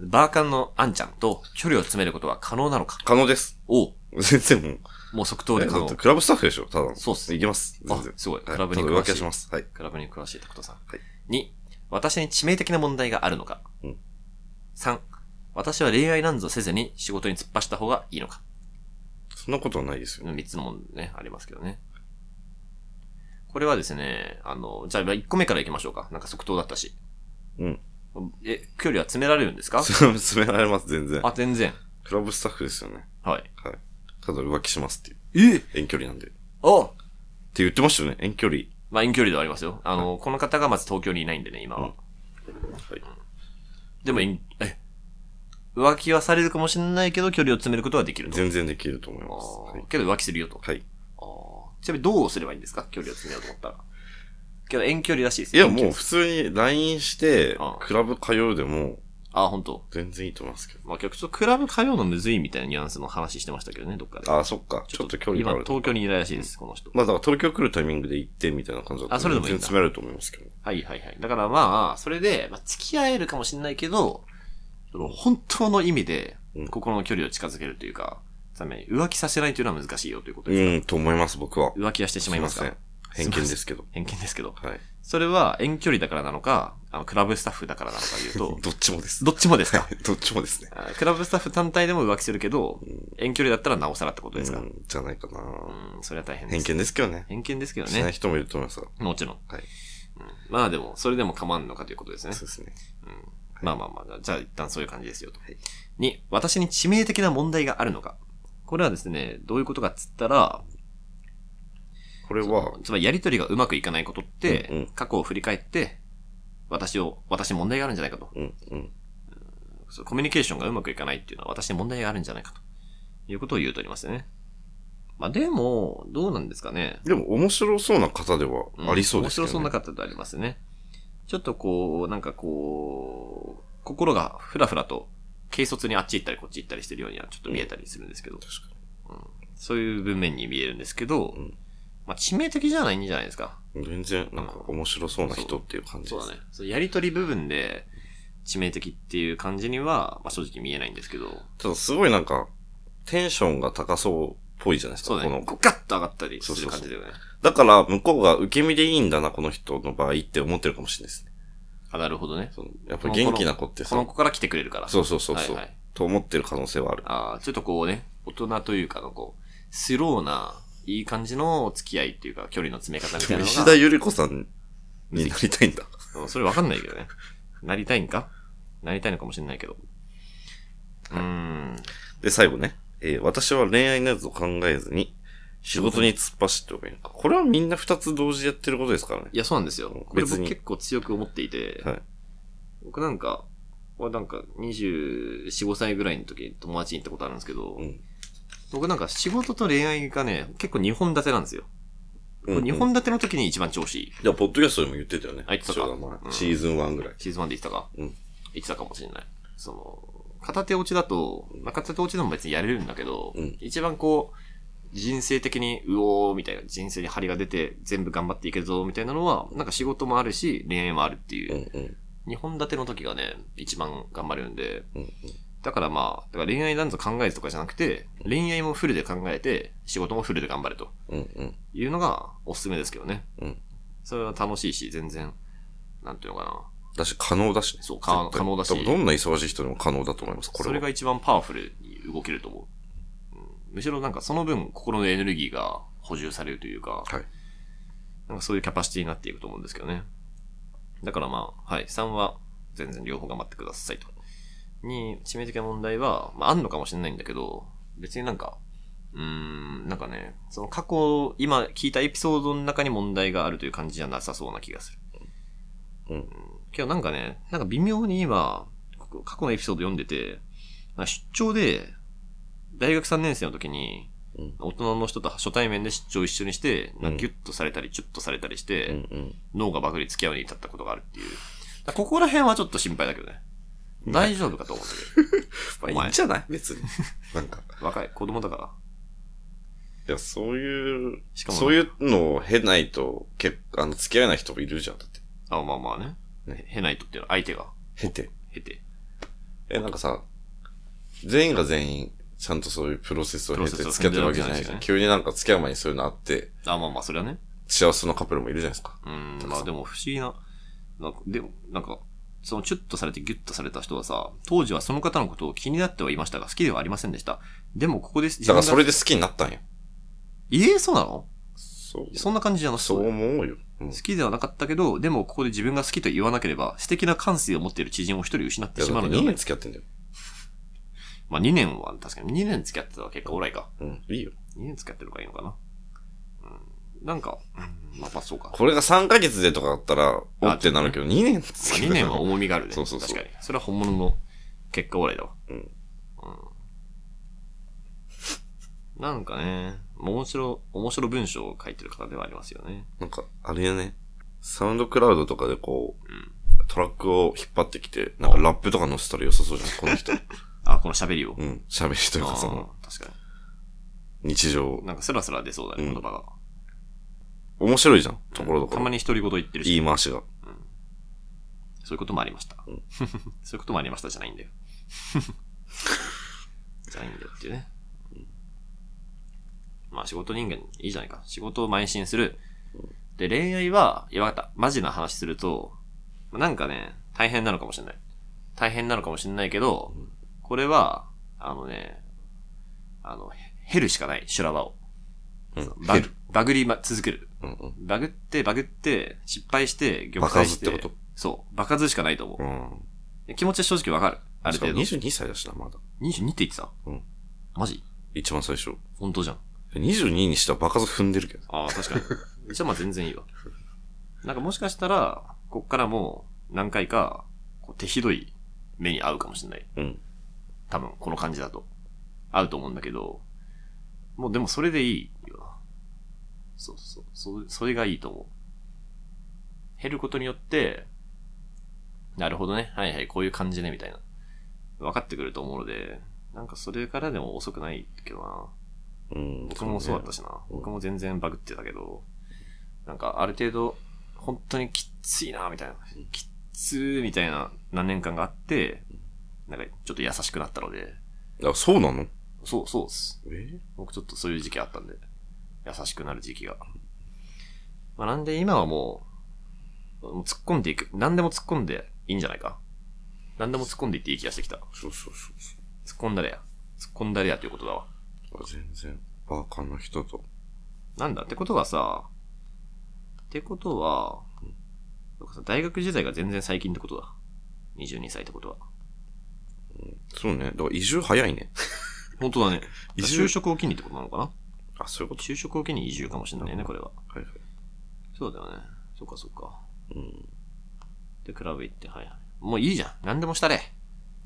B: バーカンのアンちゃんと距離を詰めることは可能なのか
A: 可能です。
B: を、
A: 全然もう。
B: もう即答で可
A: えだっ
B: 能
A: て。クラブスタッフでしょただの。
B: そうっす
A: い。きます。
B: あ
A: 全然、。
B: すご
A: は
B: い。
A: い
B: クラブに
A: ただ浮
B: 詳
A: 気は
B: し
A: し
B: い。
A: ます。はい。
B: クラブに詳しい拓人さん。
A: はい
B: 2、私に致命的な問題があるのか。
A: うん
B: 3、私は恋愛なんぞせずに仕事に突っ走った方がいいのか。
A: そんなことはないですよね。
B: 3つのもんね、ありますけどね。これはですね、あの、じゃあ1個目から行きましょうか。なんか即答だったし。
A: うん。
B: え、距離は詰められるんです
A: [laughs]
B: か
A: 詰められます、全然。
B: あ、全然。
A: クラブスタッフですよね。
B: はい。
A: はい。ただ浮気しますっていう。
B: え
A: 遠距離なんで。って
B: あ
A: 言ってましたよね。遠距離。
B: まあ遠距離ではありますよ。あの、この方がまず東京にいないんでね、今は。
A: うんはい。
B: でも遠、え、浮気はされるかもしれないけど、距離を詰めることはできると。
A: 全然できると思い
B: あ
A: ます。は
B: ー
A: い
B: けど浮気するよと。
A: はい。
B: あーちなみにどうすればいいんですか距離を詰めようと思ったら。けど遠距離らしいです
A: いや、もう普通に LINE して
B: あ、
A: クラブ通うでも、
B: ああ、本当。
A: 全然いいと思いますけど。
B: まあ結局ちょっとクラブ通うのむずいみたいなニュアンスの話してましたけどね、どっかで。
A: ああ、そっか。ちょっと距離があ
B: 今
A: る。
B: 東京にいないらしいです、この人。
A: まあだから東京来るタイミングで行ってみたいな感じだったら
B: あそれでもいい
A: 全然
B: んだ
A: 詰められると思いますけど。
B: はいはいはい。だからまあ、それで、まあ、付き合えるかもしれないけど、その本当の意味で
A: うん、
B: ここの距離を近づけるというか、ため、浮気させないというのは難しいよということです
A: うん、と思います、僕は。
B: 浮気はしてしまいます
A: すい
B: か
A: ません。偏見ですけど。
B: 偏見ですけど。
A: はい。、
B: それは遠距離だからなのか、あの、クラブスタッフだからなのか言うと [laughs]
A: どっちもです。
B: どっちもで
A: [laughs]
B: すか
A: どっちもですね。
B: あクラブスタッフ単体でも浮気するけど、
A: うん
B: 遠距離だったらなおさらってことですか、う、
A: うんんじゃないかな。
B: それは大変で
A: 偏
B: す。
A: 見ですけどね。
B: 偏見ですけど
A: しない
B: ね。
A: 人もいると思いますよ
B: もちろん。
A: はい
B: うんまあでも、それでも構わんのかということですね
A: そ。うですね。
B: うんまあまあまあ、じゃあ一旦そういう感じですよと。
A: はい
B: に、私に致命的な問題があるのか。これはですね、どういうことかっつったら、
A: これは、
B: つまりやりとりがうまくいかないことって、
A: うんうん
B: 過去を振り返って、私を、私に問題があるんじゃないかと。
A: うん、うん。
B: そうコミュニケーションがうまくいかないっていうのは私に問題があるんじゃないかと。いうことを言うとおりますよね。まあでも、どうなんですかね。
A: でも面白そうな方ではありそうですけど
B: 面白そう
A: ね
B: な。方でありますね。ちょっとこう、なんかこう、心がふらふらと、軽率にあっち行ったりこっち行ったりしてるようにはちょっと見えたりするんですけど、
A: 確か
B: そういう文面に見えるんですけど、
A: うん
B: まあ致命的じゃないんじゃないですか。
A: に。全然、なんか面白そうな人っていう感じ
B: そ
A: で
B: う
A: す。
B: だね。そうやりとり部分で致命的っていう感じには、まあ正直見えないんですけど、
A: ただすごいなんか、テンションが高そうっぽいじゃないです
B: そ
A: か。
B: うだ
A: こ
B: ね。
A: の
B: こうガッと上がったりする感じだよね。
A: だから、向こうが受け身でいいんだな、この人の場合って思ってるかもしれないですね。
B: あ、なるほどね。
A: そのやっぱ元気な子って
B: こ
A: さ
B: の、子から来てくれるから。
A: そうそうそうそう、
B: はいはい
A: と思ってる可能性はある。
B: ああ、ちょっとこうね、大人というかのこう、スローな、いい感じの付き合いっていうか、距離の詰め方みた
A: で
B: い
A: も
B: なの
A: 石田 [laughs]
B: が。
A: ゆり子さんになりたいんだ。
B: うんそれわかんないけどね。なりたいんかなりたいのかもしれないけど。うーん。
A: で、最後ね、えー私は恋愛のやつを考えずに、仕事に突っ走っておけばいいのか。これはみんな二つ同時やってることですからね
B: い。や、そうなんですよ。これ
A: 別
B: 僕
A: に
B: 結構強く思っていて、
A: はい
B: 僕なんか、俺なんか24、5歳ぐらいの時に友達に行ったことあるんですけど、
A: うん
B: 僕なんか仕事と恋愛がね、結構2本立てなんですよ。
A: うんうん
B: 2本立ての時に一番調子いい。
A: いや、ポッドキャストでも言ってたよね。
B: あ言ってたか
A: そうだ前
B: うん
A: シーズン1ぐらい。
B: シーズン1で言ってたか、
A: うん
B: 言ってたかもしれない。その、片手落ちだと、まあ、片手落ちでも別にやれるんだけど、
A: うん
B: 一番こう、人生的に、うおー、みたいな、人生に張りが出て、全部頑張っていけるぞ、みたいなのは、なんか仕事もあるし、恋愛もあるっていうう、
A: んうん。
B: 2本立ての時がね、一番頑張れるんで、
A: うんうん
B: だからまあ、だから恋愛なんぞ考えるとかじゃなくて、恋愛もフルで考えて、仕事もフルで頑張れと
A: うんうん。
B: いうのがおすすめですけどね。
A: うん
B: それは楽しいし、全然、なんていうのかな。
A: だし、可能だしね。
B: そう、可
A: 絶対
B: 可能だし
A: 多分、どんな忙しい人でも可能だと思います、これは。
B: それが一番パワフルに動けると思う。うんむしろなんかその分、心のエネルギーが補充されるという
A: は
B: か、
A: い
B: なんかそういうキャパシティになっていくと思うんですけどね。だからまあ、はい、3は全然両方頑張ってくださいと。に、致命的な問題は、まあ、あんのかもしれないんだけど、別になんか、うーん、なんかね、その過去、今聞いたエピソードの中に問題があるという感じじゃなさそうな気がす
A: う
B: る。
A: ん
B: けどなんかね、なんか微妙に今、過去のエピソード読んでて、なんか出張で、大学3年生の時に、
A: うん
B: 大人の人と初対面で出張を一緒にして、なん
A: うん
B: かギュッとされたり、チュッとされたりして、
A: うんうん。
B: 脳がバグり付き合うに至ったことがあるっていう。だからここら辺はちょっと心配だけどね。
A: うん
B: 大丈夫かと思って
A: [laughs] ま
B: お
A: あ、い
B: 前
A: いんじゃない別に。 [laughs] なんか。
B: る。若い、子供だから。
A: いや、そういう、
B: しかも、
A: そう
B: う。
A: いうのを経ないと、けあの、付き合えない人もいるじゃん、だって。
B: あ、まあまあね。
A: ね
B: へないとっていうのは相手が、
A: 経て。
B: へて。
A: え、なんかさ、全員が全員、ちゃんとそういうプロセスを経て
B: プロセスを
A: 付き合ってるわけじゃない
B: 踏
A: じ
B: んでる
A: ゃん。
B: わけ
A: 急になんか付き合う前にそういうのあって、
B: あ、まあまあ、それはね。
A: 幸せのカップルもいるじゃないですか。
B: うん
A: た、くさん
B: まあでも不思議な、なんか、でも、なんか、そのチュッとされてギュッとされた人はさ、当時はその方のことを気になってはいましたが、好きではありませんでした。でもここで自
A: だからそれ
B: で。
A: で好きになったんや。
B: ええそうなの
A: そう。
B: そんな感じじゃなくて
A: そう思うよ。うん
B: 好きではなかったけど、でもここで自分が好きと言わなければ、素敵な感性を持っている知人を一人失っ
A: い
B: て
A: や
B: し
A: だ
B: ま
A: っ
B: う
A: て
B: の
A: 2
B: ではない
A: 年付き合ってんだよ。
B: まあ2年は確かに2年付き合ってたら結果オーライか。
A: うん、いいよ。
B: 2年付き合ってるからいいのかな。うん。なんか、うん、まあまあそうか。ま
A: これが3ヶ月でとかだったら、おってなるけど、2年
B: あ
A: 付き合
B: 2年は重みがあるね。
A: そうそうそう
B: 確かに。それは本物の結果オーライだわ。
A: うん
B: うんなんかね、面白、面白文章を書いてる方ではありますよね。
A: なんか、あれやね。サウンドクラウドとかでこう、
B: うん。
A: トラックを引っ張ってきて、なんかラップとか載せたら良さそうじゃん、この
B: [laughs]
A: 人。
B: あ、この喋りを。
A: うん。喋りという
B: あ
A: かそ
B: ー
A: の、
B: 確か
A: 日常
B: に。。なんかスラスラ出そうだね、
A: うん
B: 言葉が。
A: 面白いじゃん、ところどこ
B: たま
A: ろ。
B: に独り言言ってるし。
A: 言い回しが。
B: うんそういうこともありました。
A: うん
B: [laughs] そういうこともありましたじゃない
A: [laughs]
B: んだよ。じゃないんだよっていうね。まあ仕事人間いいじゃないか。仕事を邁進する。で、恋愛は、いやわかった。マジな話すると、まあなんかね、大変なのかもしれない。大変なのかもしれないけど
A: うん、
B: これは、あのね、あの、へ減るしかない、修羅場を。
A: うん。
B: バ
A: 減
B: グ
A: る。
B: バグりま続ける。
A: うんうん。
B: バグって、バグって、失敗して、業
A: 爆
B: 界
A: 発っ
B: して。
A: てこと
B: そう。爆発しかないと思
A: う
B: う。
A: ん。
B: 気持ちは正直わかる。ある
A: しか
B: 程
A: も
B: 度。
A: 22歳だしな、まだ。
B: 22って言ってた
A: うん。
B: マジ
A: 一番最初。
B: 本当じゃん。
A: 22にしては爆発踏んでるけど。
B: ああ、確かに。じゃあまあ全然いいわ。なんかもしかしたら、こっからもう何回か、こう手ひどい目に遭うかもしれない。
A: うん。
B: 多分、この感じだと。合うと思うんだけど、もうでもそれでいいよな。そうそう。そそれがいいと思う。減ることによって、なるほどね。はいはい、こういう感じね、みたいな。分かってくると思うので、なんかそれからでも遅くないけどな。
A: うん。
B: 僕もそうだった
A: し。
B: しな。
A: うん
B: 僕も全然バグってたけど、なんかある程度、本当にきっついな、みたいな
A: うん。
B: きっつー、みたいな何年間があって、なんかちょっと優しくなったので、
A: あ、そうなの
B: そう、そうっす。
A: え
B: 僕ちょっとそういう時期あったんで、優しくなる時期が。まあ、なんで今はもう、もう突っ込んでいく。何でも突っ込んでいいんじゃないか。何でも突っ込んでいっていい気がしてきた。突
A: そうそうそうそ
B: っ込んだれや。突っ込んだれやということだわ。
A: う。あ全然。バカの人と。
B: なんだってことはさ、ってことは、そうかさ大学時代が全然最近ってことだ。22歳ってことは。
A: そうね。だから移住早いね。
B: 本当だね。
A: 移住
B: 就職を機にってことなのかな
A: あ、そういうこと
B: 就職を機に移住かもしれないね、これは。
A: はいはい。
B: そうだよね。そっかそっか。
A: うん。
B: で、クラブ行って、はいはい。もういいじゃん。何でもしたれ。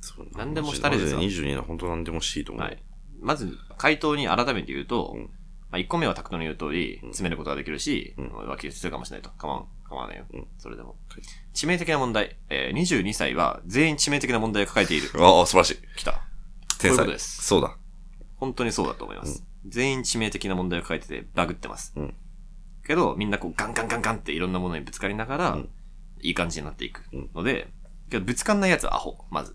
A: そう
B: 何でもしたれでさ
A: マジで22は本当何でもしていいと思う。
B: はい。まず、回答に改めて言うと、
A: うん
B: まあ、1個目はタクトの言う通り、
A: うん
B: 詰めることができるし、
A: うん
B: 浮気するかもしれないと。かまん、かまわないよ。
A: うん
B: それでも、
A: はい
B: 致命的な問題。えー、22歳は全員致命的な問題を抱えている。
A: ああ、素晴らしい。
B: 来た。
A: 天
B: こういうこ
A: 才
B: とです
A: そうだ。
B: 本当にそうだと思います。全員致命的な問題を抱えててバグってます。
A: うん
B: けど、みんなこうガンガンガンガンっていろんなものにぶつかりながら、
A: うん
B: いい感じになっていくので、けどぶつかんないやつはアホ、まず。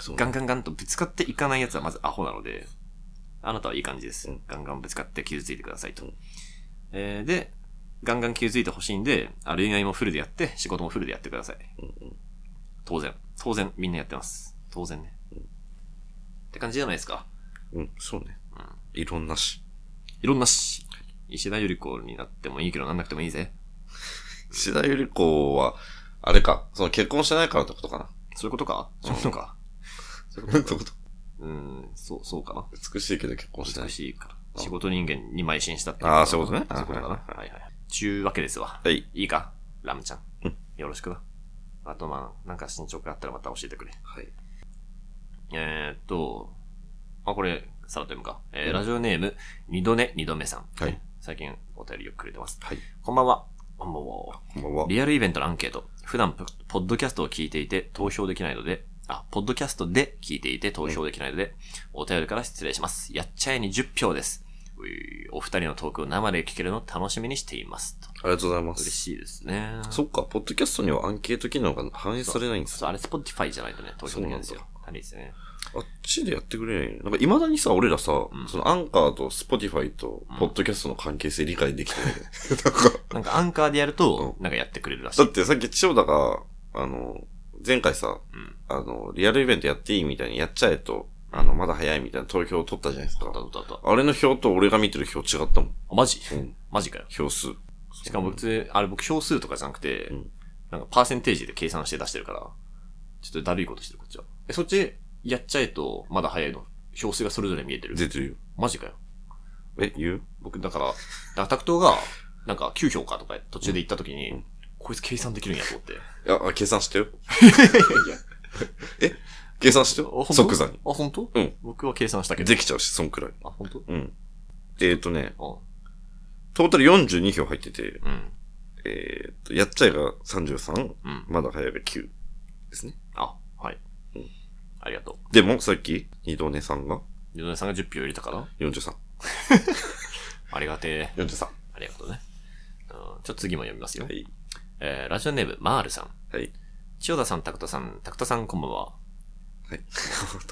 A: そう
B: ガンガンガンとぶつかっていかないやつはまずアホなので、あなたはいい感じです。
A: うん
B: ガンガンぶつかって傷ついてくださいと。
A: うん
B: えーで、ガンガン傷ついてほしいんで、あ恋愛もフルでやって、仕事もフルでやってください。当然。当然、みんなやってます。当然ね。って感じじゃないですか。
A: うん、そうね
B: うん。
A: いろんなし。
B: いろんなし、石田ゆり子になってもいいけどなんなくてもいいぜ。
A: 石田ゆり子は、あれか、その結婚してないからってことかな。
B: そういうことかそういうことか。
A: そういうこと
B: うん、そう、そうかな。
A: 美しいけど結婚してな
B: 美
A: い。
B: しいから。
A: うん
B: 仕事人間に邁進したって
A: あーそういうことね
B: そういうことかな。
A: は
B: はいはい。ちゅうわけですわ。
A: はい。
B: いいかラムちゃん。
A: うん
B: よろしくな。あとまあ、なんか進捗があったらまた教えてくれ。
A: はい。
B: えー、っと、あ、これ、さらと読むか。えー
A: うん
B: ラジオネーム、二度寝二度目さん。
A: はい。
B: 最近お便りよくくれてます。
A: はい。
B: こんばんは。こんばんは。
A: こんばんは。
B: リアルイベントのアンケート。普段ポ、ポッドキャストを聞いていて投票できないので、あ、ポッドキャストで聞いていて投票できないので、お便りから失礼します。やっちゃえに10票です。ういお二人のトークを生で聞けるの楽しみにしています。と
A: ありがとうございま
B: 嬉
A: す。
B: しいですね。
A: そっか、ポッドキャストにはアンケート機能が反映されないんです
B: そう、
A: よ。
B: あれ Spotify じゃないとね、投票できないんですよ
A: そう。
B: あれですね。
A: あっちでやってくれないなんか未だにさ、俺らさ、
B: ん
A: そのアンカーとスポティファイと
B: うん、
A: ポッドキャストの関係性理解できて [laughs] ない。なんか、
B: なんかアンカーでやると、なんかやってくれるらしい。
A: だってさっき千代田が、あの、前回さ、
B: うん。
A: あの、リアルイベントやっていいみたいにやっちゃえと、あの、まだ早いみたいな投票を取ったじゃないです
B: だ
A: か。
B: とだと。
A: あれの票と俺が見てる票違ったもん。
B: あマジ
A: うん
B: マジかよ。
A: 票数。
B: しかも、普通、あれ僕票数とかじゃなくて、
A: うん
B: なんかパーセンテージで計算して出してるから、ちょっとだるいことしてるこっちは。え、そっち、やっちゃえと、まだ早いの。票数がそれぞれ見えてる。
A: 出てるよ。
B: マジかよ。
A: え、言う
B: 僕、だから、だからタクトが、なんか9票かとか途中で行った時に、
A: うん
B: こいつ計算できるんやと思って。い
A: いや、あ計算してよ。 [laughs]
B: や、
A: 計算して
B: ほん
A: よ。
B: と
A: 即座に。
B: あ、本当？
A: うん。
B: 僕は計算したけど。
A: できちゃうし、そんくらい。
B: あ、本当？
A: うん。でえっ、とね、
B: う
A: トータル42票入ってて、
B: ん。うん。
A: えっ、と、やっちゃえが33、
B: うん。
A: まだ早いが9ですね。
B: あ、はい。
A: うん
B: ありがとう。
A: でも、さっき、二度寝さんが
B: ゆどねさんが10票入れたから、
A: 43。
B: ありがて
A: [laughs]
B: え。
A: 43。は
B: ありがとうね。うん、ちょっと次も読みますよ。
A: い。
B: えー、ラジオネーム、マールさん。
A: はい。
B: 千代田さん、タクトさん、タクトさんこんばんは。
A: はい。た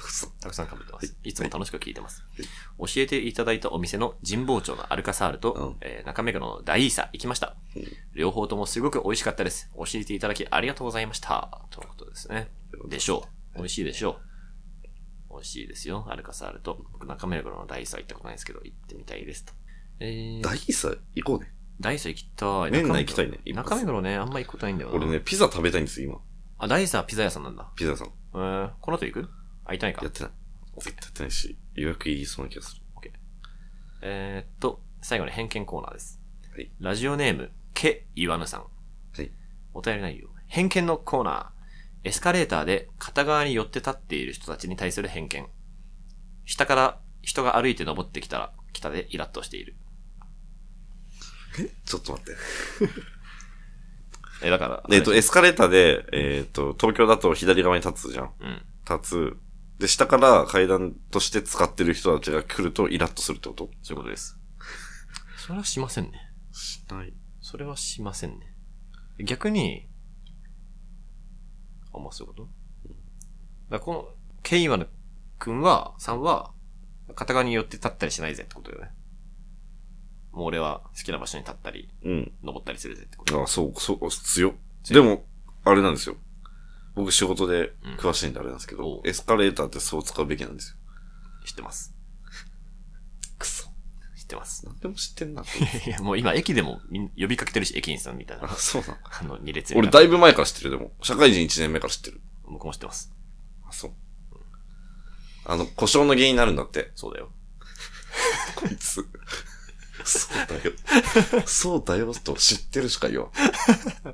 A: くさん。
B: たくさんかぶってます。、
A: はい
B: つも楽しく聞いてます、
A: はい
B: 教えていただいたお店の神保町のアルカサールと、
A: うん
B: えー中目黒の大イーサ行きました、
A: うん
B: 両方ともすごく美味しかったです。教えていただきありがとうございました。とのことですね。でしょう。美味しいでしょう。美味しいですよ。アルカサールと。僕、中目黒の大イーサ行ったことないですけど、行ってみたいですと。えー、
A: 大差行こうね。
B: 大イーサ行きたい。
A: 年内
B: 中目黒
A: 行きたいね一発
B: 中目黒ね、あんま行くことないんだよな。
A: 俺ね、ピザ食べたいんですよ、今。
B: あ、ダイサーピザ屋さんなんだ。
A: ピザ屋さん。
B: えー、この後行く会いたいか
A: やってない。
B: オッケ
A: 絶
B: ー
A: 対やってないし、予約入りそうな気がする。
B: えーっと、最後に偏見コーナーです。
A: はい
B: ラジオネーム、けいわぬさん。
A: はい
B: お便り内容。偏見のコーナー。エスカレーターで片側に寄って立っている人たちに対する偏見。下から人が歩いて登ってきたら、北でイラッとしている。
A: ちょっと待って。
B: え、だから。
A: えっ、と、
B: え、
A: エスカレーターで、えっ、と、東京だと左側に立つじゃん。
B: うん。
A: 立つ。で、下から階段として使ってる人たちが来るとイラッとするってこと
B: そういうことです。それはしませんね。
A: しない。
B: それはしませんね。逆に、あ、まあそういうことだからこの、ケイワヌ君は、さんは、片側に寄って立ったりしないぜってことだよね。もう俺は好きな場所に立ったり、
A: うん。
B: 登ったりするぜってこと。
A: あそう、そう、強っ。
B: 強
A: で
B: い
A: も、あれなんですよ。僕仕事で
B: うん
A: 詳しいんであれなんですけど、
B: おう
A: エスカレーターってそう使うべきなんですよ。
B: 知ってます。
A: くそ。
B: 知ってます。 [laughs]
A: なんでも知ってんな。
B: いや、もう今駅でもみん呼びかけてるし、駅員さんみたいな
A: あ、。そうなの。
B: あの、二列目
A: 俺
B: から
A: だいぶ前から知ってる、でも。社会人1年目から知ってる。
B: 僕も知ってます。
A: あ、そう。あの、故障の原因になるんだって。
B: そうだよ。
A: こいつ。そうだよ。そうだよと知ってるしか言わん。
B: ちょっ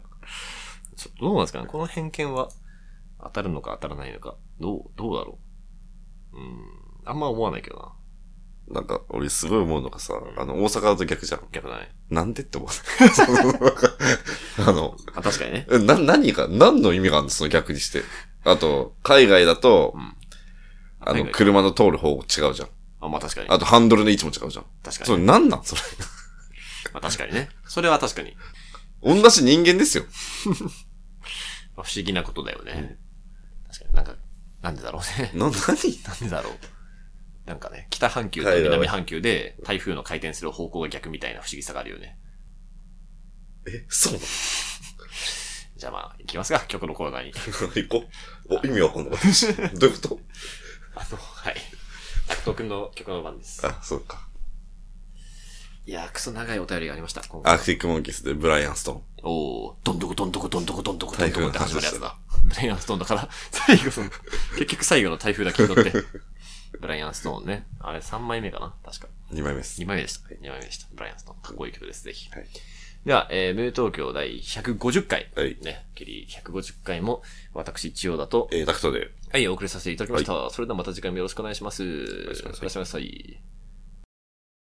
B: とどうなんですかねこの偏見は当たるのか当たらないのか。どう、どうだろううん。あんま思わないけどな。
A: なんか、俺すごい思うのがさ、あの、大阪だと逆じゃん。
B: 逆だね。
A: なんでって思う。 [laughs] そのなんかあの、
B: あ、確かにね。
A: な、何が、何の意味があるのその逆にして。あと、海外だと
B: う、ん。
A: あ
B: 海
A: の、
B: 外
A: 車の通る方違うじゃん。
B: ああ、まあ確かに。
A: あとハンドルの位置も違うじゃん。
B: 確か
A: そ
B: に。
A: れなんなんそれ。
B: まあ確かにね。それは確かに。
A: 同じ人間ですよ。
B: まあ不思議なことだよね。確かになんか、なんでだろうね。 [laughs]
A: な、何 [laughs]
B: なんでだろう。なんかね、北半球と
A: はいはい
B: 南半球で台風の回転する方向が逆みたいな不思議さがあるよね。
A: え、そう
B: じゃあまあ、行きますか、曲のコ
A: [laughs]
B: ーナーに。
A: 行こう。お、意味わかんなかったし。どういうこと [laughs]
B: あの、はい。タクト君の曲の番です。
A: あ、そうか。
B: いやー、クソ長いお便りがありました、今
A: ア
B: 回
A: ー。クティックモンキースでブライアン・スト
B: おー、どんどこどんどこどんどこどんどこどんどこって始まるやつだ。ブライアンストーンだから、最後その、結局最後の台風だ
A: [laughs]
B: け取って。ブライアンストーンね。あれ3枚目かな確か。
A: ーン。2枚目です。
B: 2枚目でした。2枚目でした。ブライアンストーン。かっこいい曲です、ぜひ。
A: はい。
B: では、えー、ムー東京第150回。
A: はい
B: ね。キリ150回も、私、千代田と、
A: えー、ダクトで。
B: はい、お送りさせていただきました。それではまた次回もよろしくお願いします。お願いします。お願いします。